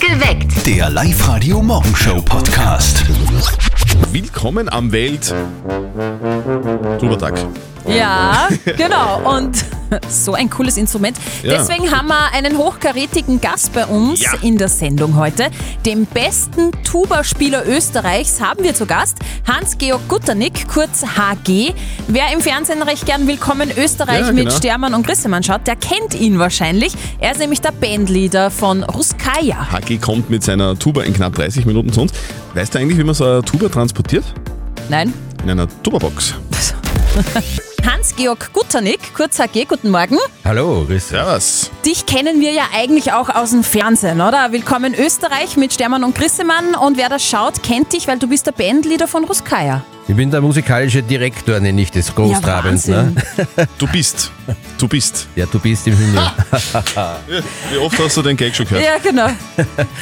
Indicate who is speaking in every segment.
Speaker 1: Geweckt.
Speaker 2: Der Live-Radio Morgenshow Podcast.
Speaker 3: Willkommen am Welt. Tubertag.
Speaker 4: Ja, genau. Und so ein cooles Instrument.
Speaker 3: Ja.
Speaker 4: Deswegen haben wir einen hochkarätigen Gast bei uns
Speaker 3: Ja.
Speaker 4: in der Sendung heute. Den besten Tuba-Spieler Österreichs haben wir zu Gast. Hans-Georg Guternick, kurz HG. Wer im Fernsehen recht gern Willkommen Österreich
Speaker 3: Ja,
Speaker 4: mit
Speaker 3: genau.
Speaker 4: Stermann und Grissemann schaut, der kennt ihn wahrscheinlich. Er ist nämlich der Bandleader von Ruskaya.
Speaker 3: Haki kommt mit seiner Tuba in knapp 30 Minuten zu uns. Weißt du eigentlich, wie man so eine Tuba transportiert?
Speaker 4: Nein?
Speaker 3: In einer Tuba-Box.
Speaker 4: Hans-Georg Guternick, kurz HG, guten Morgen.
Speaker 5: Hallo, grüß dich.
Speaker 3: Servus.
Speaker 4: Dich kennen wir ja eigentlich auch aus dem Fernsehen, oder? Willkommen Österreich mit Stermann und Grissemann. Und wer das schaut, kennt dich, weil du bist der Bandleader von Ruskaya.
Speaker 5: Ich bin der musikalische Direktor, nenne ich das Großtrabend. ne?
Speaker 3: Du bist. Du bist.
Speaker 5: ja, du bist im Himmel.
Speaker 3: Wie oft hast du den Gag schon gehört?
Speaker 4: Ja, genau.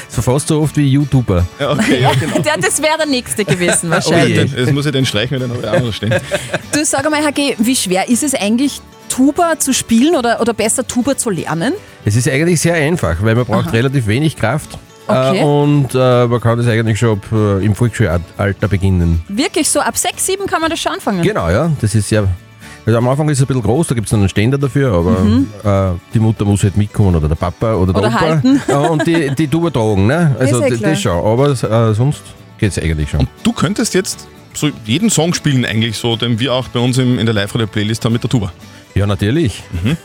Speaker 5: So fast so oft wie YouTuber.
Speaker 3: Ja, okay, ja, genau.
Speaker 4: Der, das wäre der Nächste gewesen
Speaker 3: Oh, ja,
Speaker 4: wahrscheinlich.
Speaker 3: den, jetzt muss ich den streichen, weil den habe ich auch noch stehen.
Speaker 5: Oh
Speaker 4: du sag mal, HG, wie schwer ist es eigentlich, Tuba zu spielen oder, oder besser Tuba zu lernen?
Speaker 5: Es ist eigentlich sehr einfach, weil man braucht relativ wenig Kraft.
Speaker 4: Okay.
Speaker 5: Äh, und äh, man kann das eigentlich schon ab, äh, im Volksschulalter beginnen.
Speaker 4: Wirklich so ab sechs, sieben kann man das schon anfangen.
Speaker 5: Genau, ja. Das ist ja. Also am Anfang ist es ein bisschen groß, da gibt es einen Ständer dafür, aber äh, die Mutter muss halt mitkommen oder der Papa oder
Speaker 4: Mhm.
Speaker 5: der
Speaker 4: Oder
Speaker 5: Opa.
Speaker 4: halten.
Speaker 5: Äh, und die, die Tuba tragen, ne? Also
Speaker 4: Ist ja
Speaker 5: d-
Speaker 4: klar.
Speaker 5: das schon. Aber äh, sonst geht es eigentlich schon.
Speaker 3: Du könntest jetzt so jeden Song spielen eigentlich so, den wir auch bei uns im, in der Live-Radio-Playlist haben mit der Tuba.
Speaker 5: Ja, natürlich.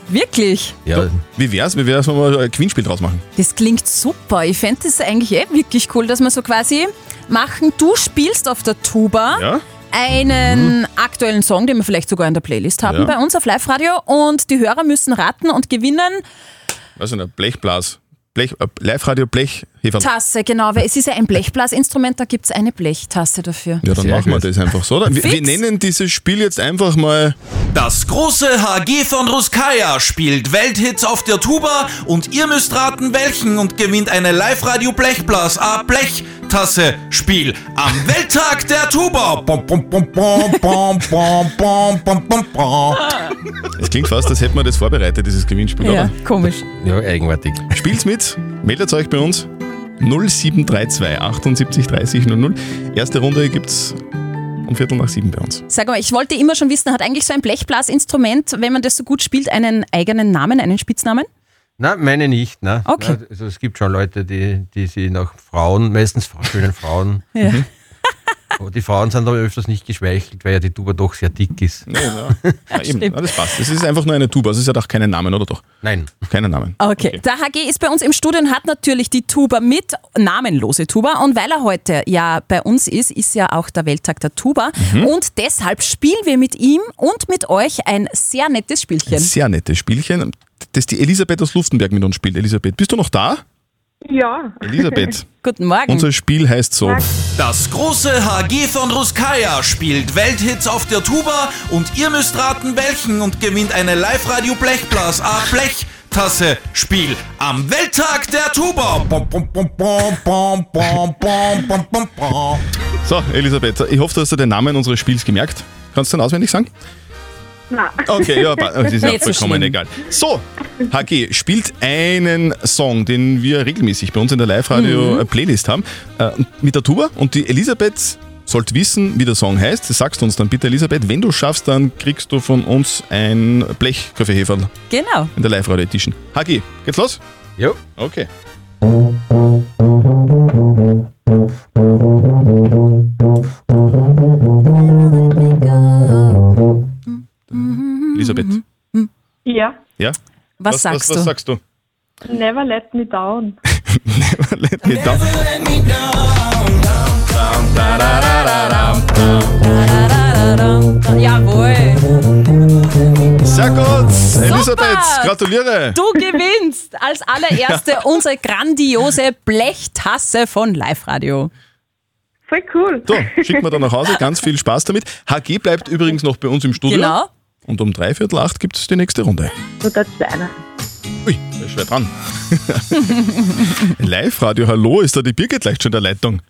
Speaker 4: Wirklich?
Speaker 5: Ja.
Speaker 3: Wie wär's, wie wär's, wenn wir ein Queenspiel draus machen?
Speaker 4: Das klingt super. Ich fände das eigentlich eh wirklich cool, dass man so quasi machen, du spielst auf der Tuba.
Speaker 3: Ja? Mhm.
Speaker 4: einen aktuellen Song, den wir vielleicht sogar in der Playlist haben
Speaker 3: Ja.
Speaker 4: bei uns auf Live-Radio. Und die Hörer müssen raten und gewinnen.
Speaker 3: Weiß ich nicht, Blechblas. Blech, äh, Live-Radio Blech. Heferl.
Speaker 4: Tasse, genau, weil es ist ja ein Blechblasinstrument, da gibt es eine Blechtasse dafür.
Speaker 3: Ja, dann
Speaker 5: Sehr
Speaker 3: machen wir
Speaker 5: gut.
Speaker 3: das einfach so, oder? Wir,
Speaker 4: Fix.
Speaker 3: wir nennen dieses Spiel jetzt einfach mal
Speaker 6: Das große HG von Ruskaya spielt Welthits auf der Tuba und ihr müsst raten, welchen und gewinnt eine Live-Radio Blechblas A Blechtasse Spiel am Welttag der Tuba. Bom, bom, bom, bom, bom, bom, bom, bom, bom, bom.
Speaker 3: Es klingt fast, als hätten wir das vorbereitet, dieses Gewinnspiel.
Speaker 4: Ja,
Speaker 3: Ja.
Speaker 4: komisch.
Speaker 5: Ja, eigenartig.
Speaker 3: Spielt's mit, meldet euch bei uns 0732 78 30 00. Erste Runde gibt's um Viertel nach sieben bei uns.
Speaker 4: Sag mal, ich wollte immer schon wissen, hat eigentlich so ein Blechblasinstrument, wenn man das so gut spielt, einen eigenen Namen, einen Spitznamen?
Speaker 5: Na, meine nicht. Ne?
Speaker 4: Okay.
Speaker 5: Na, also es gibt schon Leute, die, die sie nach Frauen, meistens fra- schönen Frauen.
Speaker 4: Ja.
Speaker 3: Mhm.
Speaker 5: Aber die Frauen sind aber öfters nicht geschwächelt, weil ja die Tuba doch sehr dick ist.
Speaker 3: Nee, ja. ja, eben. ja, das passt. Das ist einfach nur eine Tuba. Es ist ja doch keinen Namen, oder doch?
Speaker 5: Nein.
Speaker 3: Keinen Namen.
Speaker 4: Okay. Der HG ist bei uns im Studio und hat natürlich die Tuba mit, namenlose Tuba. Und weil er heute ja bei uns ist, ist ja auch der Welttag der Tuba.
Speaker 3: Mhm.
Speaker 4: Und deshalb spielen wir mit ihm und mit euch ein sehr nettes Spielchen.
Speaker 3: Sehr nettes Spielchen, das die Elisabeth aus Luftenberg mit uns spielt. Elisabeth, bist du noch da?
Speaker 7: Ja,
Speaker 3: Elisabeth,
Speaker 4: Guten Morgen.
Speaker 3: unser Spiel heißt so.
Speaker 6: Das große HG von Ruskaya spielt Welthits auf der Tuba und ihr müsst raten, welchen und gewinnt eine Live-Radio Blechblas A Blechtasse Spiel am Welttag der Tuba. Bom, bom, bom, bom, bom, bom, bom, bom, bom, bom.
Speaker 3: So, Elisabeth, ich hoffe, du hast dir den Namen unseres Spiels gemerkt. Kannst du den auswendig sagen?
Speaker 7: na,
Speaker 3: Okay, ja, pa- das ist ja
Speaker 4: Nicht so
Speaker 3: vollkommen
Speaker 4: schlimm.
Speaker 3: egal. So, HG spielt einen Song, den wir regelmäßig bei uns in der Live-Radio-Playlist haben, äh, mit der Tuba. Und die Elisabeth sollte wissen, wie der Song heißt. Das sagst du uns dann bitte, Elisabeth. Wenn du schaffst, dann kriegst du von uns ein Blechkaffeeheferl
Speaker 4: Genau.
Speaker 3: in der Live-Radio-Edition. HG, geht's los?
Speaker 5: Jo.
Speaker 3: Okay. Elisabeth,
Speaker 7: ja,
Speaker 3: ja?
Speaker 4: Was,
Speaker 3: was,
Speaker 4: sagst
Speaker 3: was
Speaker 4: du?
Speaker 3: sagst du?
Speaker 7: never let me down.
Speaker 3: Let me down.
Speaker 4: Jawohl.
Speaker 3: Sehr gut, Elisabeth, gratuliere.
Speaker 4: Du gewinnst als allererste unsere grandiose Blechtasse von Live Radio.
Speaker 7: Voll cool.
Speaker 3: So, schick mir dann nach Hause, ganz viel Spaß damit. HG bleibt übrigens noch bei uns im Studio.
Speaker 4: Genau.
Speaker 3: Und um drei Viertel acht gibt es die nächste Runde.
Speaker 7: Oder deiner.
Speaker 3: Ui, da ist schwer dran. Live-Radio, hallo, ist da die Birgit leicht schon in der Leitung?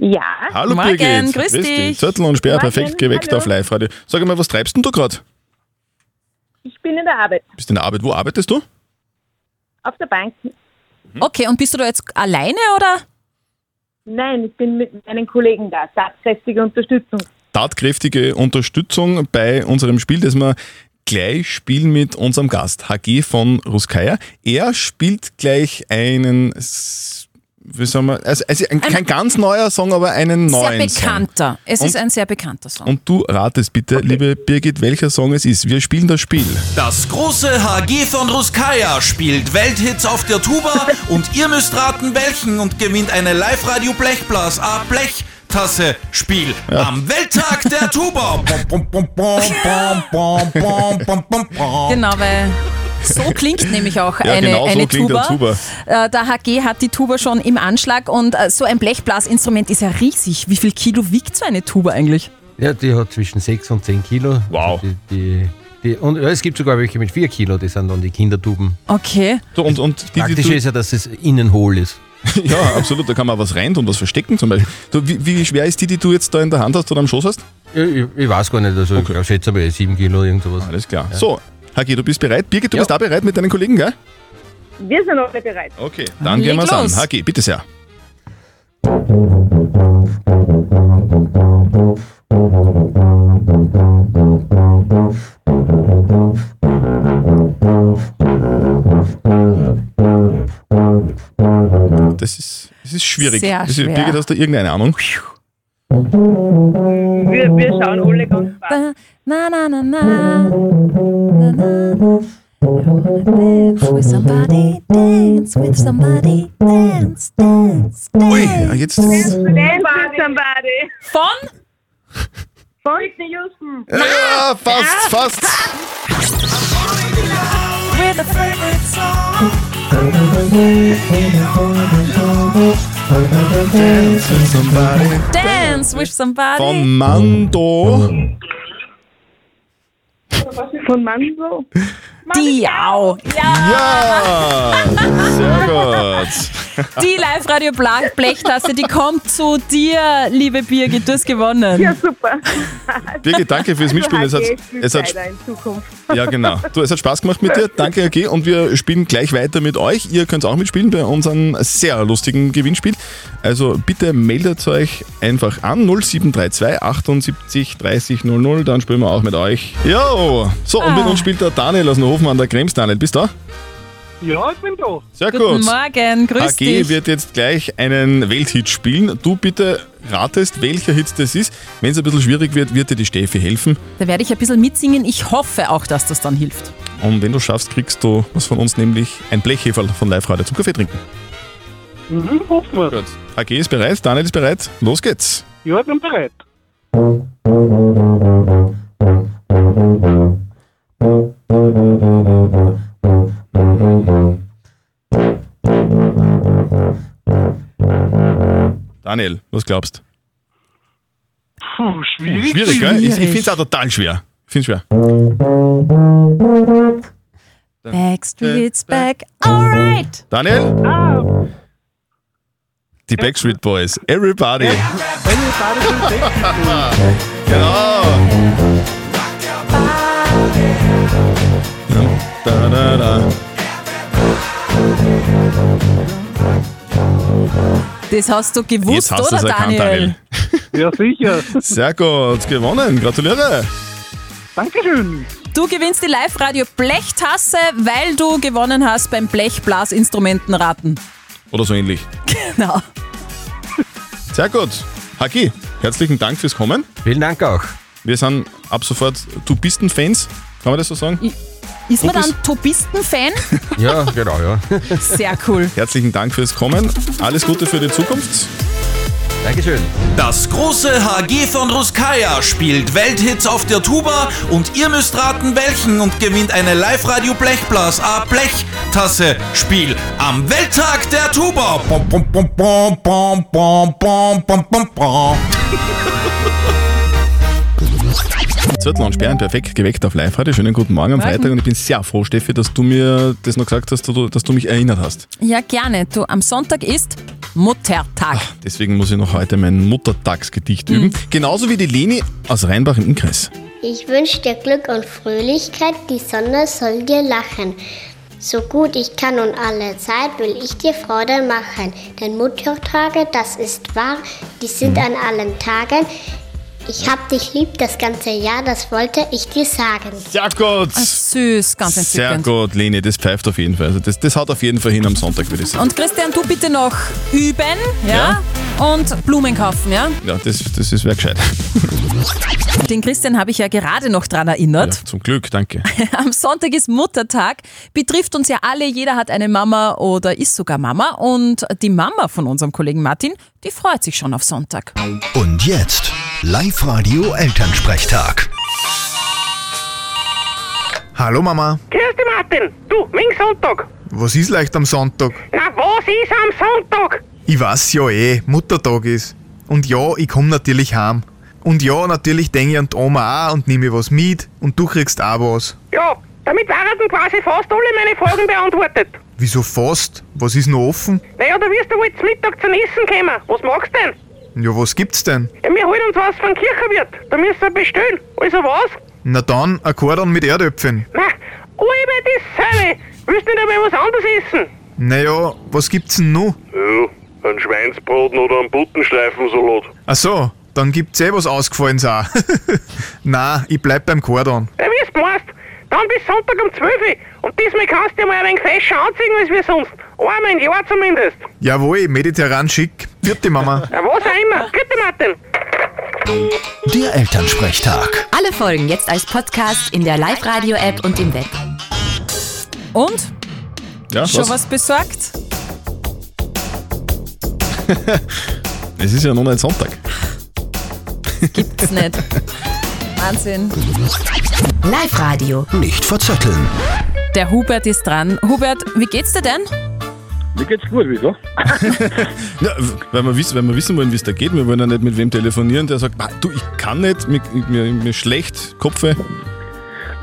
Speaker 7: Ja,
Speaker 3: Hallo
Speaker 4: Morgen,
Speaker 3: Birgit.
Speaker 4: grüß dich.
Speaker 3: Zettel und Sperr,
Speaker 7: Morgen,
Speaker 3: perfekt geweckt
Speaker 7: hallo.
Speaker 3: auf Live-Radio. Sag mal, was treibst denn du gerade?
Speaker 7: ich bin in der Arbeit,
Speaker 3: Bist in der Arbeit, wo arbeitest du?
Speaker 7: auf der Bank.
Speaker 4: Okay, und bist du da jetzt alleine oder?
Speaker 7: Nein, ich bin mit meinen Kollegen da. Tatkräftige Unterstützung.
Speaker 3: tatkräftige Unterstützung bei unserem Spiel, das wir gleich spielen mit unserem Gast, HG von Ruskaya. Er spielt gleich einen, s- wie sagen wir, also, also ein, kein ganz neuer Song, aber einen
Speaker 4: Sehr
Speaker 3: neuen Song.
Speaker 4: bekannter. Es ist
Speaker 3: Und-
Speaker 4: ein sehr bekannter Song.
Speaker 3: Und du ratest bitte, liebe Birgit, welcher Song es ist. Wir spielen das Spiel.
Speaker 6: Das große HG von Ruskaya spielt Welthits auf der Tuba und ihr müsst raten, welchen und gewinnt eine Live-Radio Blechblas A Blechtasse Spiel am Welttag der Tuba. Bom, bom, bom, bom, bom, bom, bom, bom, bom.
Speaker 4: Genau, weil so klingt nämlich auch
Speaker 3: Ja,
Speaker 4: eine,
Speaker 3: genau so
Speaker 4: eine
Speaker 3: klingt
Speaker 4: Tuba.
Speaker 3: der Tuba.
Speaker 4: Äh, der HG hat die Tuba schon im Anschlag und äh, so ein Blechblasinstrument ist ja riesig. Wie viel Kilo wiegt so eine Tuba eigentlich?
Speaker 5: Ja, die hat zwischen 6 und 10 Kilo.
Speaker 3: Wow.
Speaker 5: Also die, die, die, und ja, es gibt sogar welche mit 4 Kilo, die sind dann die Kindertuben.
Speaker 4: Okay.
Speaker 3: So, und, und die, die
Speaker 5: Praktisch
Speaker 3: du,
Speaker 5: ist ja, dass es innen hohl ist.
Speaker 3: ja, absolut, da kann man was rein und was verstecken zum Beispiel. Du, wie, wie schwer ist die, die du jetzt da in der Hand hast oder am Schoß hast?
Speaker 5: Ich, ich, ich weiß gar nicht, also ich schätze mal 7 Kilo, irgend sowas.
Speaker 3: Alles klar. So, HG, du bist bereit. Birgit, du
Speaker 5: Ja.
Speaker 3: bist da bereit mit deinen Kollegen, gell?
Speaker 7: Wir sind alle bereit.
Speaker 3: Okay, dann
Speaker 4: Leg
Speaker 3: gehen wir's an.
Speaker 4: los.
Speaker 3: HG, bitte sehr. Das ist, das ist schwierig.
Speaker 4: Sehr
Speaker 3: das ist,
Speaker 4: schwer.
Speaker 3: Birgit, hast du irgendeine Ahnung?
Speaker 7: Wir, wir schauen alle ganz brav.
Speaker 4: Na, na, na, na. Na, na, na. Dance with somebody, dance with somebody, dance, dance, dance.
Speaker 3: Ui, jetzt.
Speaker 7: Dance
Speaker 3: Ja,
Speaker 7: with somebody.
Speaker 4: Von?
Speaker 7: Von Whitney Houston.
Speaker 3: fast, fast.
Speaker 4: Dance with somebody.
Speaker 3: Von Mando.
Speaker 7: Von Manso.
Speaker 4: Diao. Ja,
Speaker 3: Ja, sehr gut.
Speaker 4: die Live-Radio Bla- Blechtasse, die kommt zu dir, liebe Birgit, du hast gewonnen.
Speaker 7: Ja, super.
Speaker 3: Birgit, danke fürs Mitspielen. Es hat,
Speaker 8: Also,
Speaker 7: HG spielt
Speaker 3: es hat,
Speaker 7: weiter in Zukunft.
Speaker 3: ja, genau. Du, es hat Spaß gemacht mit dir. Danke, AG. Und wir spielen gleich weiter mit euch. Ihr könnt auch mitspielen bei unserem sehr lustigen Gewinnspiel. Also bitte meldet euch einfach an 0732 78 30 00. Dann spielen wir auch mit euch. Jo! So, und mit
Speaker 4: Ah.
Speaker 3: uns spielt der Daniel aus Neuhofen an der Krems. Daniel, bist du da?
Speaker 1: Ja, ich bin da.
Speaker 3: Sehr
Speaker 4: Guten
Speaker 3: gut.
Speaker 4: Morgen, grüß
Speaker 3: AG
Speaker 4: dich.
Speaker 3: wird jetzt gleich einen Welthit spielen. Du bitte ratest, welcher Hit das ist. Wenn es ein bisschen schwierig wird, wird dir die Steffi helfen.
Speaker 4: Da werde ich ein bisschen mitsingen. Ich hoffe auch, dass das dann hilft.
Speaker 3: Und wenn du schaffst, kriegst du was von uns, nämlich ein Blechheferl von Live Radio zum Kaffee trinken.
Speaker 1: Mhm, hoffen wir.
Speaker 3: AG ist bereit, Daniel ist bereit, los geht's.
Speaker 1: Ja, ich bin bereit.
Speaker 3: Daniel, was glaubst
Speaker 1: Puh, schwierig.
Speaker 3: Schwierig, gell? Ich, ich
Speaker 4: Schwierig.
Speaker 3: finde es auch total schwer. Ich find's schwer.
Speaker 4: Backstreet's back, alright.
Speaker 3: Daniel,
Speaker 1: Ah,
Speaker 3: die Backstreet Boys, Everybody.
Speaker 1: wenn ihr beide sind weg.
Speaker 3: Genau. Da, da, da.
Speaker 4: Das hast du
Speaker 3: Jetzt
Speaker 4: gewusst,
Speaker 3: hast du
Speaker 4: oder
Speaker 3: es erkannt,
Speaker 4: Daniel?
Speaker 3: Daniel.
Speaker 1: Ja, sicher.
Speaker 3: Sehr gut, gewonnen, gratuliere.
Speaker 1: Dankeschön.
Speaker 4: Du gewinnst die Live-Radio Blechtasse, weil du gewonnen hast beim Blechblasinstrumentenraten.
Speaker 3: Oder so ähnlich.
Speaker 4: Genau.
Speaker 3: Sehr gut. Haki, herzlichen Dank fürs Kommen.
Speaker 5: Vielen Dank auch.
Speaker 3: Wir sind ab sofort Du bist ein Fans, kann man das so sagen?
Speaker 4: Ist man
Speaker 3: Tobis-
Speaker 4: dann Tobisten-Fan?
Speaker 5: Ja, genau, ja.
Speaker 4: Sehr cool.
Speaker 3: Herzlichen Dank fürs Kommen. Alles Gute für die Zukunft.
Speaker 5: Dankeschön.
Speaker 6: Das große HG von Ruskaya spielt Welthits auf der Tuba und ihr müsst raten, welchen und gewinnt eine Live-Radio Blechblas A Blechtasse Spiel am Welttag der Tuba. Bom, bom, bom, bom, bom, bom, bom, bom, bom, bom.
Speaker 3: Zürtel und Sperren perfekt geweckt auf live heute. Schönen guten Morgen am Freitag und ich bin sehr froh, Steffi, dass du mir das noch gesagt hast, dass du, dass du mich erinnert hast.
Speaker 4: Ja, gerne. Du, am Sonntag ist Muttertag.
Speaker 3: Deswegen muss ich noch heute mein Muttertagsgedicht
Speaker 9: Mhm.
Speaker 3: üben. Genauso wie die Leni aus Rheinbach im Innkreis.
Speaker 10: Ich wünsche dir Glück und Fröhlichkeit, die Sonne soll dir lachen. So gut ich kann und alle Zeit will ich dir Freude machen. Denn Muttertage, das ist wahr, die sind an allen Tagen. Ich hab dich lieb das ganze Jahr, das wollte ich dir sagen.
Speaker 3: Sehr gut.
Speaker 4: Süß, ganz
Speaker 3: Sehr
Speaker 4: entzückend.
Speaker 3: gut, Leni, das pfeift auf jeden Fall. Also das, das haut auf jeden Fall hin am Sonntag, würde ich sagen.
Speaker 4: Und Christian, du bitte noch üben, ja? Und Blumen kaufen, ja?
Speaker 3: Ja, das, das ist wer gescheit.
Speaker 4: Den Christian habe ich ja gerade noch dran
Speaker 3: Ja,
Speaker 4: erinnert.
Speaker 3: zum Glück, danke.
Speaker 4: Am Sonntag ist Muttertag. Betrifft uns ja alle. Jeder hat eine Mama oder ist sogar Mama. Und die Mama von unserem Kollegen Martin, die freut sich schon auf Sonntag.
Speaker 2: Und jetzt Live-Radio Elternsprechtag.
Speaker 9: Hallo Mama,
Speaker 8: Grüß dich, Martin. Du, mein Sonntag.
Speaker 9: was ist leicht am Sonntag?
Speaker 8: Na, was ist am Sonntag?
Speaker 9: Ich weiß ja eh, Muttertag ist. Und ja, ich komm natürlich heim. Und ja, natürlich denke ich an die Oma auch und nehme was mit und du kriegst auch was.
Speaker 8: Ja, damit waren quasi fast alle meine Fragen beantwortet.
Speaker 9: Wieso fast? Was ist noch offen?
Speaker 8: Naja, da wirst du wohl zum Mittag zum Essen kommen. Was magst du denn?
Speaker 9: Ja, was gibt's denn?
Speaker 8: Ja, wir holen uns was von Kirchenwirt. Da müssen wir bestellen. Also was?
Speaker 9: Na dann, ein Kordon mit Erdäpfeln.
Speaker 8: Na, über die Säule. Willst du nicht einmal was anderes essen?
Speaker 9: Naja, was gibt's denn noch?
Speaker 11: Ja, ein Schweinsbraten oder ein Buttenschleifensalat.
Speaker 9: Ach so, dann gibt's eh was Ausgefallenes auch. Na, ich bleib beim Kordon.
Speaker 8: Ja, wie du meinst. Dann bis Sonntag um 12 Uhr. Und diesmal kannst du dir mal ein wenig fescher anziehen als wir sonst. Einmal im Jahr zumindest.
Speaker 9: Jawohl, mediterran schick. Vierte Mama.
Speaker 8: Ja, was auch immer. Gute Martin.
Speaker 2: Der Elternsprechtag.
Speaker 12: Alle Folgen jetzt als Podcast in der Live-Radio-App und im Web.
Speaker 4: Und?
Speaker 3: Ja,
Speaker 4: Schon was besorgt?
Speaker 3: Es ist ja noch nicht Sonntag.
Speaker 4: Gibt's nicht. Wahnsinn.
Speaker 12: Live-Radio.
Speaker 2: Nicht verzetteln.
Speaker 4: Der Hubert ist dran. Hubert, wie geht's dir denn?
Speaker 1: Mir geht's gut, wieso?
Speaker 3: Ja, weil, wir wissen, weil wir wissen wollen, wie es da geht. Wir wollen ja nicht mit wem telefonieren, der sagt, "Ah, du, ich kann nicht, mir, mir, mir schlecht, Kopfe.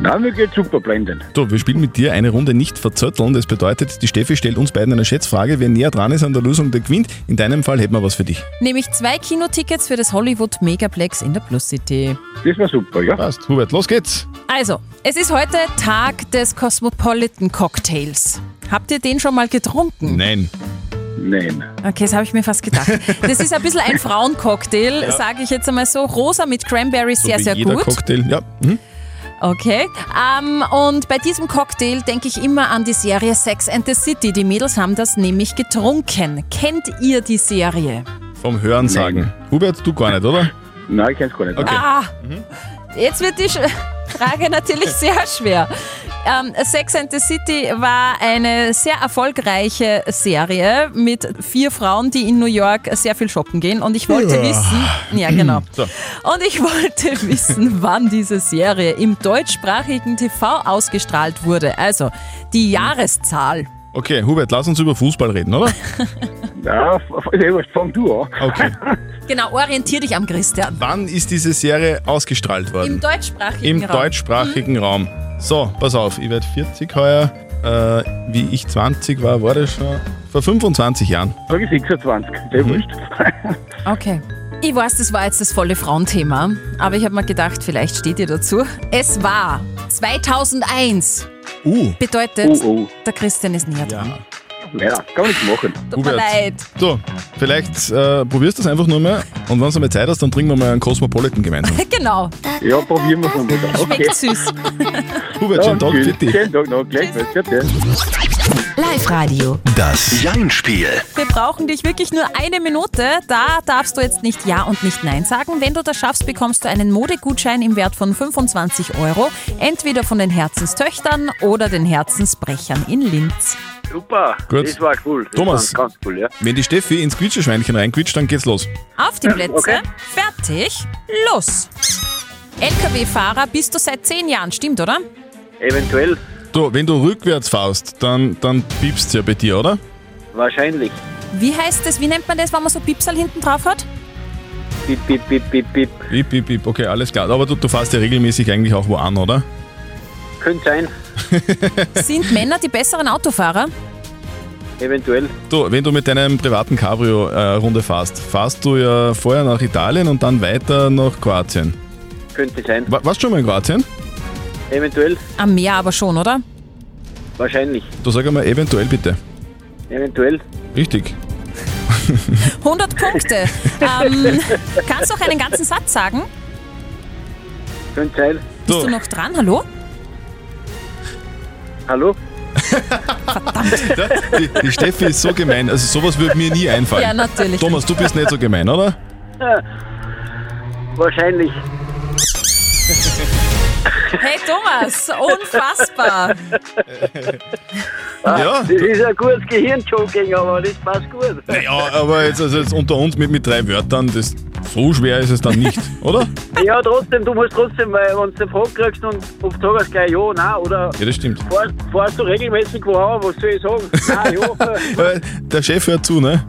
Speaker 1: Nein, mir geht's super blendend.
Speaker 3: So, wir spielen mit dir eine Runde nicht verzötteln. Das bedeutet, die Steffi stellt uns beiden eine Schätzfrage. Wer näher dran ist an der Lösung, der gewinnt. In deinem Fall hätten wir was für dich.
Speaker 4: Nehme ich zwei Kinotickets für das Hollywood Megaplex in der Plus City.
Speaker 1: Das war super, ja?
Speaker 3: Passt, Hubert, los geht's.
Speaker 4: Also, es ist heute Tag des Cosmopolitan Cocktails. Habt ihr den schon mal getrunken?
Speaker 3: Nein.
Speaker 1: Nein.
Speaker 4: Okay, das habe ich mir fast gedacht. Das ist ein bisschen ein Frauencocktail, sage ich jetzt einmal so. Rosa mit Cranberry, sehr,
Speaker 3: wie
Speaker 4: sehr
Speaker 3: jeder
Speaker 4: gut.
Speaker 3: Cocktail. Ja, mhm.
Speaker 4: Okay. Ähm, und bei diesem Cocktail denke ich immer an die Serie Sex and the City. Die Mädels haben das nämlich getrunken. Kennt ihr die Serie?
Speaker 3: vom Hören sagen. Hubert, du gar nicht, oder?
Speaker 1: Nein, ich kenn's gar nicht.
Speaker 3: Okay.
Speaker 4: Ah, jetzt wird die Sch- Frage natürlich sehr schwer. Ähm, Sex and the City war eine sehr erfolgreiche Serie mit vier Frauen, die in New York sehr viel shoppen gehen. Und ich wollte wissen, ja genau.
Speaker 3: So.
Speaker 4: Und ich wollte wissen, wann diese Serie im deutschsprachigen TV ausgestrahlt wurde. Also die Jahreszahl.
Speaker 3: Okay, Hubert, lass uns über Fußball reden, oder?
Speaker 1: Ja, f- f- fang du an.
Speaker 3: Okay.
Speaker 4: Genau, orientier dich am Christian.
Speaker 3: Wann ist diese Serie ausgestrahlt
Speaker 4: Im
Speaker 3: worden?
Speaker 4: deutschsprachigen Raum.
Speaker 3: deutschsprachigen Raum. So, pass auf, ich werde 40 heuer. Äh, wie ich 20 war, war das schon vor 25 Jahren.
Speaker 1: Sag ich 26, der
Speaker 3: Mhm.
Speaker 1: wurscht.
Speaker 4: Okay. Ich weiß, das war jetzt das volle Frauenthema, aber ich habe mir gedacht, vielleicht steht ihr dazu. Es war 2001.
Speaker 3: Uh,
Speaker 4: Bedeutet,
Speaker 1: Oh, oh.
Speaker 4: der Christian ist näher dran.
Speaker 3: ja.
Speaker 1: Naja, kann man nichts machen.
Speaker 4: Tut mir
Speaker 3: Hubert.
Speaker 4: leid.
Speaker 3: So, vielleicht äh, probierst du es einfach nur mal und wenn du mal Zeit hast, dann trinken wir mal einen Cosmopolitan gemeinsam.
Speaker 4: Genau,
Speaker 1: Ja, probieren wir es mal wieder. Okay.
Speaker 4: schmeckt süß.
Speaker 3: Hubert, schönen Tag, für dich.
Speaker 1: Schönen Tag noch, gleich was. Bitte.
Speaker 12: Live-Radio.
Speaker 2: Das Jein-Spiel.
Speaker 4: Wir brauchen dich wirklich nur eine Minute. Da darfst du jetzt nicht Ja und nicht Nein sagen. Wenn du das schaffst, bekommst du einen Modegutschein im Wert von 25 Euro. Entweder von den Herzenstöchtern oder den Herzensbrechern in Linz.
Speaker 1: Super,
Speaker 3: Gut. das
Speaker 1: war cool.
Speaker 3: Das Thomas. war
Speaker 1: ganz cool, ja.
Speaker 3: Wenn die Steffi ins Quietscheschweinchen reinquitscht, dann geht's los.
Speaker 4: Auf die Plätze,
Speaker 1: Okay.
Speaker 4: fertig, los! Lkw-Fahrer bist du seit zehn Jahren, stimmt, oder?
Speaker 1: Eventuell,
Speaker 3: Du, wenn du rückwärts fährst, dann, dann piepst ja bei dir, oder?
Speaker 1: wahrscheinlich.
Speaker 4: Wie heißt das, wie nennt man das, wenn man so Pipsal hinten drauf hat?
Speaker 1: Bip, bip, bip, bip, bip.
Speaker 3: Piep, piep, piep. Okay, alles klar. Aber du, du fährst ja regelmäßig eigentlich auch wo an, oder?
Speaker 1: Könnte sein,
Speaker 4: Sind Männer die besseren Autofahrer?
Speaker 1: eventuell.
Speaker 3: Du, wenn du mit deinem privaten Cabrio äh, Runde fährst, fährst du ja vorher nach Italien und dann weiter nach Kroatien.
Speaker 1: Könnte sein,
Speaker 3: Wa- Warst du schon mal in Kroatien?
Speaker 1: eventuell.
Speaker 4: Am Meer aber schon, oder?
Speaker 1: Wahrscheinlich.
Speaker 3: Du sag einmal eventuell bitte.
Speaker 1: Eventuell.
Speaker 3: Richtig.
Speaker 4: 100 Punkte. ähm, kannst du auch einen ganzen Satz sagen?
Speaker 1: Könnte sein.
Speaker 4: Bist du noch dran? Hallo?
Speaker 1: Hallo?
Speaker 3: Die, die Steffi ist so gemein. Also sowas würde mir nie einfallen.
Speaker 4: Ja, natürlich.
Speaker 3: Thomas, du bist nicht so gemein, oder?
Speaker 1: Ja. Wahrscheinlich.
Speaker 4: Hey Thomas, unfassbar.
Speaker 13: Ah,
Speaker 3: Ja.
Speaker 1: Ah, Das ist ein gutes Gehirnjoking, aber das passt gut.
Speaker 3: Ja, aber jetzt, also jetzt unter uns mit, mit drei Wörtern, das, so schwer ist es dann nicht, oder?
Speaker 1: Ja, trotzdem, du musst trotzdem, weil wenn du eine Frage kriegst und oft sagst du gleich ja, nein, oder
Speaker 3: Ja, das stimmt.
Speaker 1: fahrst, fahrst du regelmäßig woher, was soll ich sagen? Nein, ja.
Speaker 3: Äh, Der Chef hört zu, ne?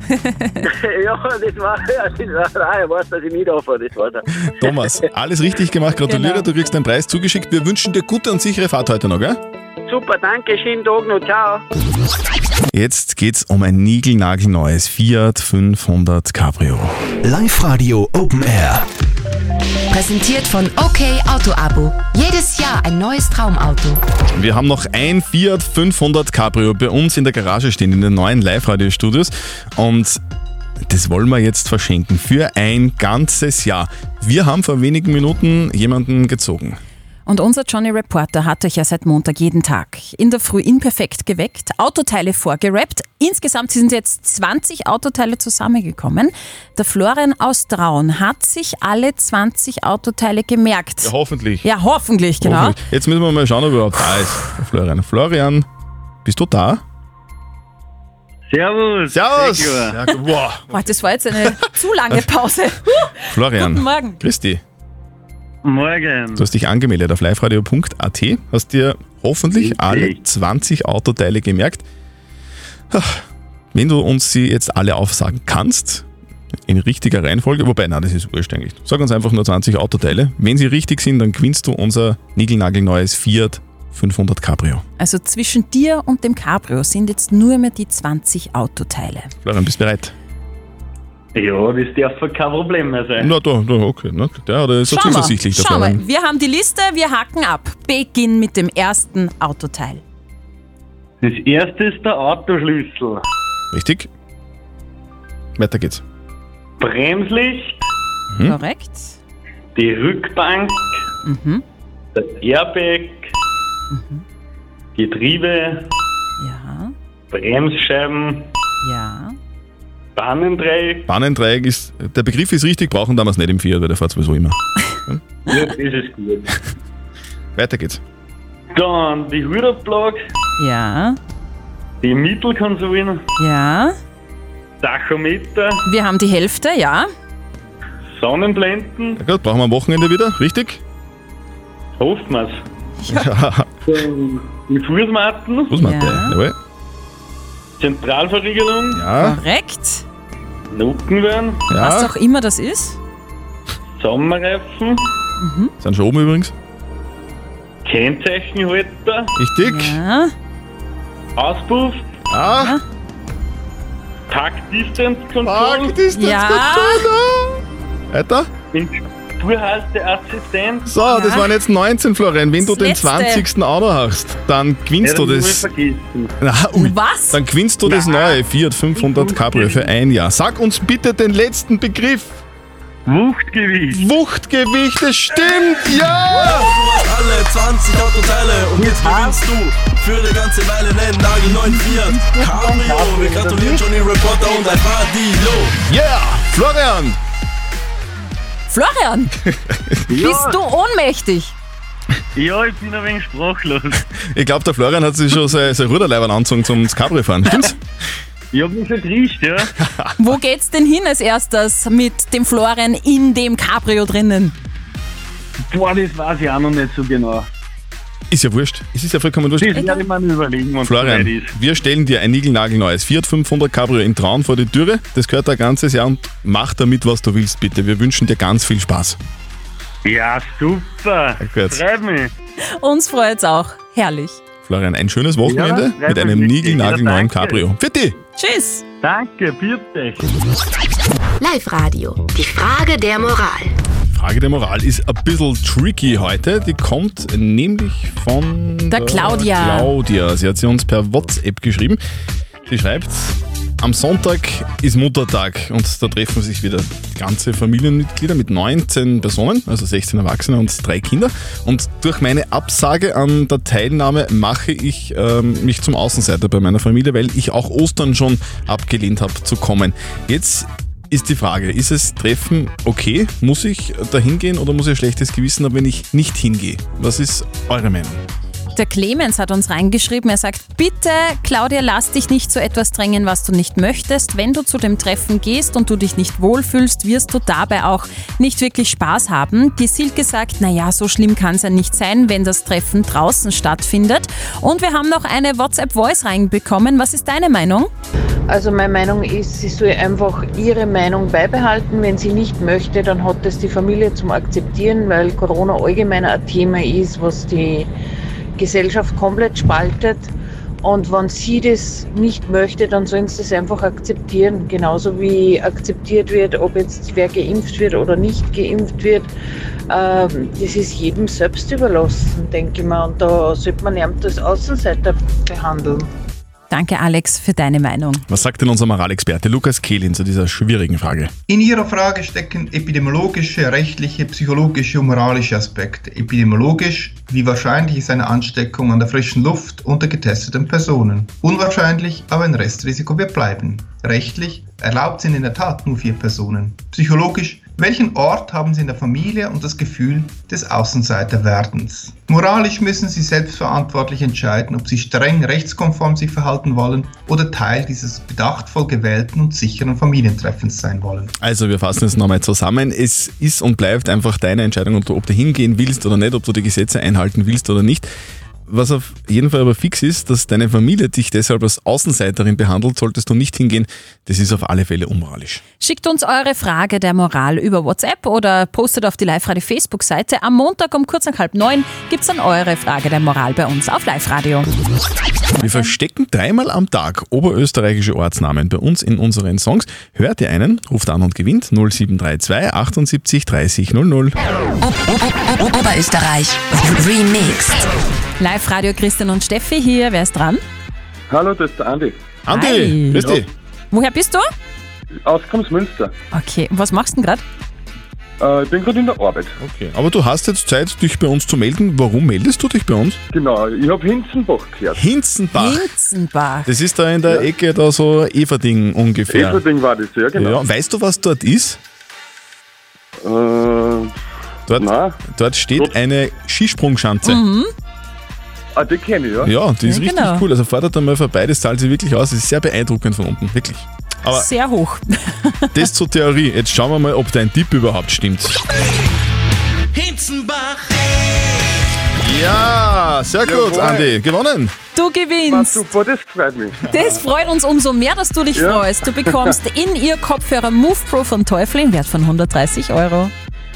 Speaker 1: ja, das war, ja, das war, nein, er weiß, dass ich nicht anfahre, das war der.
Speaker 3: Thomas, alles richtig gemacht. Gratuliere,
Speaker 4: Genau.
Speaker 3: du kriegst deinen Preis zugeschickt. Wir wünschen dir gute und sichere Fahrt heute noch, gell?
Speaker 1: Super, danke, schönen Tag noch, ciao.
Speaker 3: Jetzt geht's um ein niegelnagelneues Fiat 500 Cabrio.
Speaker 2: Live-Radio Open Air.
Speaker 12: Präsentiert von OK Auto Abo. Jedes Jahr ein neues Traumauto.
Speaker 3: Wir haben noch ein Fiat 500 Cabrio bei uns in der Garage stehen, in den neuen Live-Radio-Studios. Und das wollen wir jetzt verschenken für ein ganzes Jahr. Wir haben vor wenigen Minuten jemanden gezogen.
Speaker 4: Und unser Johnny Reporter hat euch ja seit Montag jeden Tag in der Früh imperfekt geweckt, Autoteile vorgerappt. Insgesamt sind jetzt 20 Autoteile zusammengekommen. Der Florian aus Traun hat sich alle 20 Autoteile gemerkt. Ja,
Speaker 3: hoffentlich.
Speaker 4: Ja, hoffentlich, genau.
Speaker 3: Hoffentlich. Jetzt müssen wir mal schauen, ob er überhaupt da ist. Florian. Florian, bist du da?
Speaker 13: Servus.
Speaker 3: Servus.
Speaker 13: Sehr
Speaker 3: Ja, gu- wow.
Speaker 4: Boah, das war jetzt eine zu lange Pause. Huh.
Speaker 3: Florian.
Speaker 4: Guten Morgen.
Speaker 3: Christi.
Speaker 13: Morgen.
Speaker 3: Du hast dich angemeldet auf liveradio.at, hast dir hoffentlich alle 20 Autoteile gemerkt. Ah, Wenn du uns sie jetzt alle aufsagen kannst, in richtiger Reihenfolge, wobei, nein, das ist wurscht eigentlich. Sag uns einfach nur 20 Autoteile. Wenn sie richtig sind, dann gewinnst du unser niegelnagelneues Fiat 500 Cabrio.
Speaker 4: Also zwischen dir und dem Cabrio sind jetzt nur mehr die 20 Autoteile.
Speaker 3: Florian, bist du bereit?
Speaker 13: Ja, das darf kein Problem also. mehr sein.
Speaker 3: Na, da, da okay. Na, der, der ist so
Speaker 4: Schauen wir,
Speaker 3: zuversichtlich, der
Speaker 4: schauen
Speaker 3: Florian.
Speaker 4: wir. Wir haben die Liste, wir hacken ab. Beginn mit dem ersten Autoteil.
Speaker 13: Das erste ist der Autoschlüssel.
Speaker 3: Richtig. Weiter geht's.
Speaker 13: Bremslicht,
Speaker 3: Hm?
Speaker 4: Korrekt.
Speaker 13: die Rückbank,
Speaker 4: Mhm.
Speaker 13: das Airbag, Getriebe,
Speaker 4: Ja,
Speaker 13: Bremsscheiben,
Speaker 4: ja.
Speaker 13: Bahnendreieck.
Speaker 3: Bahnendreieck ist, der Begriff ist richtig, brauchen damals nicht im Fiat, weil der fährt sowieso immer.
Speaker 13: Ja, das ist gut.
Speaker 3: Weiter geht's.
Speaker 13: Dann die Ruderplug,
Speaker 4: Ja,
Speaker 13: die Mittelkonsole,
Speaker 4: ja.
Speaker 13: Tachometer,
Speaker 4: Wir haben die Hälfte, ja.
Speaker 13: Sonnenblenden.
Speaker 3: Ja gut, brauchen wir am Wochenende wieder, richtig?
Speaker 13: Hoffen wir's.
Speaker 3: Ja.
Speaker 13: Dann Die Fußmatten,
Speaker 3: Fußmatte,
Speaker 13: Ja.
Speaker 3: jawohl. Ah,
Speaker 13: Zentralverriegelung,
Speaker 3: Ja.
Speaker 4: Korrekt.
Speaker 13: Nockenwellen,
Speaker 4: Was auch immer das ist.
Speaker 13: Sommerreifen,
Speaker 3: Sind schon oben übrigens.
Speaker 13: Kennzeichenhalter,
Speaker 3: Richtig.
Speaker 4: Ja.
Speaker 13: Auspuff,
Speaker 3: ah.
Speaker 13: Takt Distance Control,
Speaker 4: ja.
Speaker 3: Weiter.
Speaker 13: Tourhalteassistent.
Speaker 3: So, das waren jetzt 19, Florian. Wenn du
Speaker 13: Das
Speaker 3: den
Speaker 13: letzte.
Speaker 3: 20. Auto hast, dann gewinnst
Speaker 13: Ja,
Speaker 3: du
Speaker 13: das
Speaker 3: das.
Speaker 13: hab ich vergessen.
Speaker 3: Na, ui.
Speaker 4: Was?
Speaker 3: Dann gewinnst du das neue Fiat 500 Cabrio für ein Jahr. Sag uns bitte den letzten Begriff.
Speaker 13: Wuchtgewicht.
Speaker 3: Wuchtgewicht, das stimmt, ja!
Speaker 14: Alle 20 Autoteile und jetzt gewinnst du für die ganze Weile einen nagelneuen Fiat Cabrio. Wir gratulieren Johnny Reporter und ein Radio.
Speaker 3: Yeah! Florian!
Speaker 4: Florian, bist du ohnmächtig?
Speaker 13: Ja, ich bin ein wenig sprachlos.
Speaker 3: Ich glaube, der Florian hat sich schon sein, sein Ruderleibern anzogen zum Cabrio fahren, stimmt's?
Speaker 13: Ich hab mich schon gerischt, ja.
Speaker 4: Wo geht's denn hin als erstes mit dem Florian in dem Cabrio drinnen?
Speaker 13: Boah, das weiß ich auch noch nicht so genau.
Speaker 3: Ist ja wurscht. Es ist ja vollkommen wurscht.
Speaker 13: Das werde ich mir noch überlegen, wenn es soweit
Speaker 3: Florian,
Speaker 13: ist.
Speaker 3: wir stellen dir ein niegelnagelneues Fiat 500 Cabrio in Traun vor die Türe. Das gehört dein ganzes Jahr und mach damit, was du willst, bitte. Wir wünschen dir ganz viel Spaß.
Speaker 13: Ja, super.
Speaker 3: gut.
Speaker 13: Freut mich.
Speaker 4: Uns freut's auch. Herrlich.
Speaker 3: Florian, ein schönes Wochenende
Speaker 13: Ja,
Speaker 3: mit einem niegelnagelneuen Cabrio. Fitti!
Speaker 4: Tschüss.
Speaker 13: Danke, bitte.
Speaker 12: Live Radio. Die Frage der Moral.
Speaker 3: Frage der Moral ist ein bisschen tricky heute. Die kommt nämlich von
Speaker 4: Der Claudia.
Speaker 3: Claudia. Sie hat sie uns per WhatsApp geschrieben. Sie schreibt, am Sonntag ist Muttertag und da treffen sich wieder ganze Familienmitglieder mit 19 Personen, also 16 Erwachsene und drei Kinder. Und durch meine Absage an der Teilnahme mache ich ähm, mich zum Außenseiter bei meiner Familie, weil ich auch Ostern schon abgelehnt habe zu kommen. Jetzt ist die Frage, ist es Treffen okay? Muss ich da hingehen oder muss ich ein schlechtes Gewissen haben, wenn ich nicht hingehe? Was ist eure Meinung?
Speaker 4: Der Clemens hat uns reingeschrieben, er sagt, bitte Claudia, lass dich nicht zu etwas drängen, was du nicht möchtest. Wenn du zu dem Treffen gehst und du dich nicht wohlfühlst, wirst du dabei auch nicht wirklich Spaß haben. Die Silke sagt, naja, so schlimm kann es ja nicht sein, wenn das Treffen draußen stattfindet. Und wir haben noch eine WhatsApp-Voice reinbekommen. Was ist deine Meinung?
Speaker 13: Also meine Meinung ist, sie soll einfach ihre Meinung beibehalten. Wenn sie nicht möchte, dann hat das die Familie zum Akzeptieren, weil Corona allgemein ein Thema ist, was die Gesellschaft komplett spaltet. Und wenn sie das nicht möchte, dann sollen sie das einfach akzeptieren. Genauso wie akzeptiert wird, ob jetzt wer geimpft wird oder nicht geimpft wird. Ähm, Das ist jedem selbst überlassen, denke ich mal. Und da sollte man eben das Außenseiter behandeln.
Speaker 4: Danke Alex für deine Meinung.
Speaker 3: Was sagt denn unser Moralexperte Lukas Kehlin zu dieser schwierigen Frage?
Speaker 6: In ihrer Frage stecken epidemiologische, rechtliche, psychologische und moralische Aspekte. Epidemiologisch, wie wahrscheinlich ist eine Ansteckung an der frischen Luft unter getesteten Personen? Unwahrscheinlich, aber ein Restrisiko wird bleiben. Rechtlich, erlaubt sind in der Tat nur vier Personen. Psychologisch, welchen Ort haben sie in der Familie und das Gefühl des Außenseiterwerdens? Moralisch müssen sie selbstverantwortlich entscheiden, ob sie streng rechtskonform sich verhalten wollen oder Teil dieses bedachtvoll gewählten und sicheren Familientreffens sein wollen.
Speaker 3: Also wir fassen es nochmal zusammen. Es ist und bleibt einfach deine Entscheidung, ob du, ob du hingehen willst oder nicht, ob du die Gesetze einhalten willst oder nicht. Was auf jeden Fall aber fix ist, dass deine Familie dich deshalb als Außenseiterin behandelt, solltest du nicht hingehen. Das ist auf alle Fälle unmoralisch.
Speaker 4: Schickt uns eure Frage der Moral über WhatsApp oder postet auf die Live-Radio Facebook-Seite. Am Montag um kurz nach halb neun gibt's dann eure Frage der Moral bei uns auf Live-Radio.
Speaker 3: Wir verstecken dreimal am Tag oberösterreichische Ortsnamen bei uns in unseren Songs. Hört ihr einen, ruft an und gewinnt 0732 78 30 00.
Speaker 12: Oberösterreich. Remixed.
Speaker 4: Live-Radio Christian und Steffi hier. Wer ist dran?
Speaker 5: Hallo, das ist der Andi.
Speaker 3: Andi, Hi. grüß dich.
Speaker 4: Woher bist du?
Speaker 5: Aus Krumsmünster.
Speaker 4: Okay, was machst du denn gerade?
Speaker 5: Äh, ich bin gerade in der Arbeit.
Speaker 3: Okay. Aber du hast jetzt Zeit, dich bei uns zu melden. Warum meldest du dich bei uns?
Speaker 5: Genau, ich habe Hinzenbach gehört.
Speaker 3: Hinzenbach.
Speaker 4: Hinzenbach.
Speaker 3: Das ist da in der Ecke da so Everding ungefähr.
Speaker 5: Everding war das, ja, genau.
Speaker 3: Ja, weißt du, was dort ist?
Speaker 5: Äh,
Speaker 3: dort, dort steht eine Skisprungschanze.
Speaker 5: Ah, die kenne ich, ja.
Speaker 3: Ja, die ist richtig cool. Also fordert einmal vorbei, das zahlt sich wirklich aus. Das ist sehr beeindruckend von unten, wirklich. Aber
Speaker 4: Sehr hoch.
Speaker 3: das zur Theorie. Jetzt schauen wir mal, ob dein Tipp überhaupt stimmt.
Speaker 15: Hinzenbach.
Speaker 3: Ja, sehr gut,
Speaker 15: Jawohl.
Speaker 3: Andi. Gewonnen.
Speaker 4: Du gewinnst.
Speaker 5: Super, das freut mich.
Speaker 4: Das freut uns umso mehr, dass du dich
Speaker 5: Ja.
Speaker 4: freust. Du bekommst in ihr Kopfhörer Move Pro von Teufel im Wert von 130 Euro.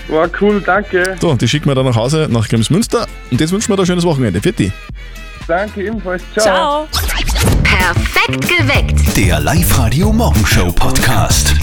Speaker 5: War cool, danke.
Speaker 3: So, die schicken wir dann nach Hause, nach Kremsmünster. Und jetzt wünschen wir dir ein schönes Wochenende. Fitti.
Speaker 5: Danke ebenfalls.
Speaker 4: Ciao.
Speaker 12: Perfekt geweckt.
Speaker 2: Der Live-Radio Morgenshow Podcast.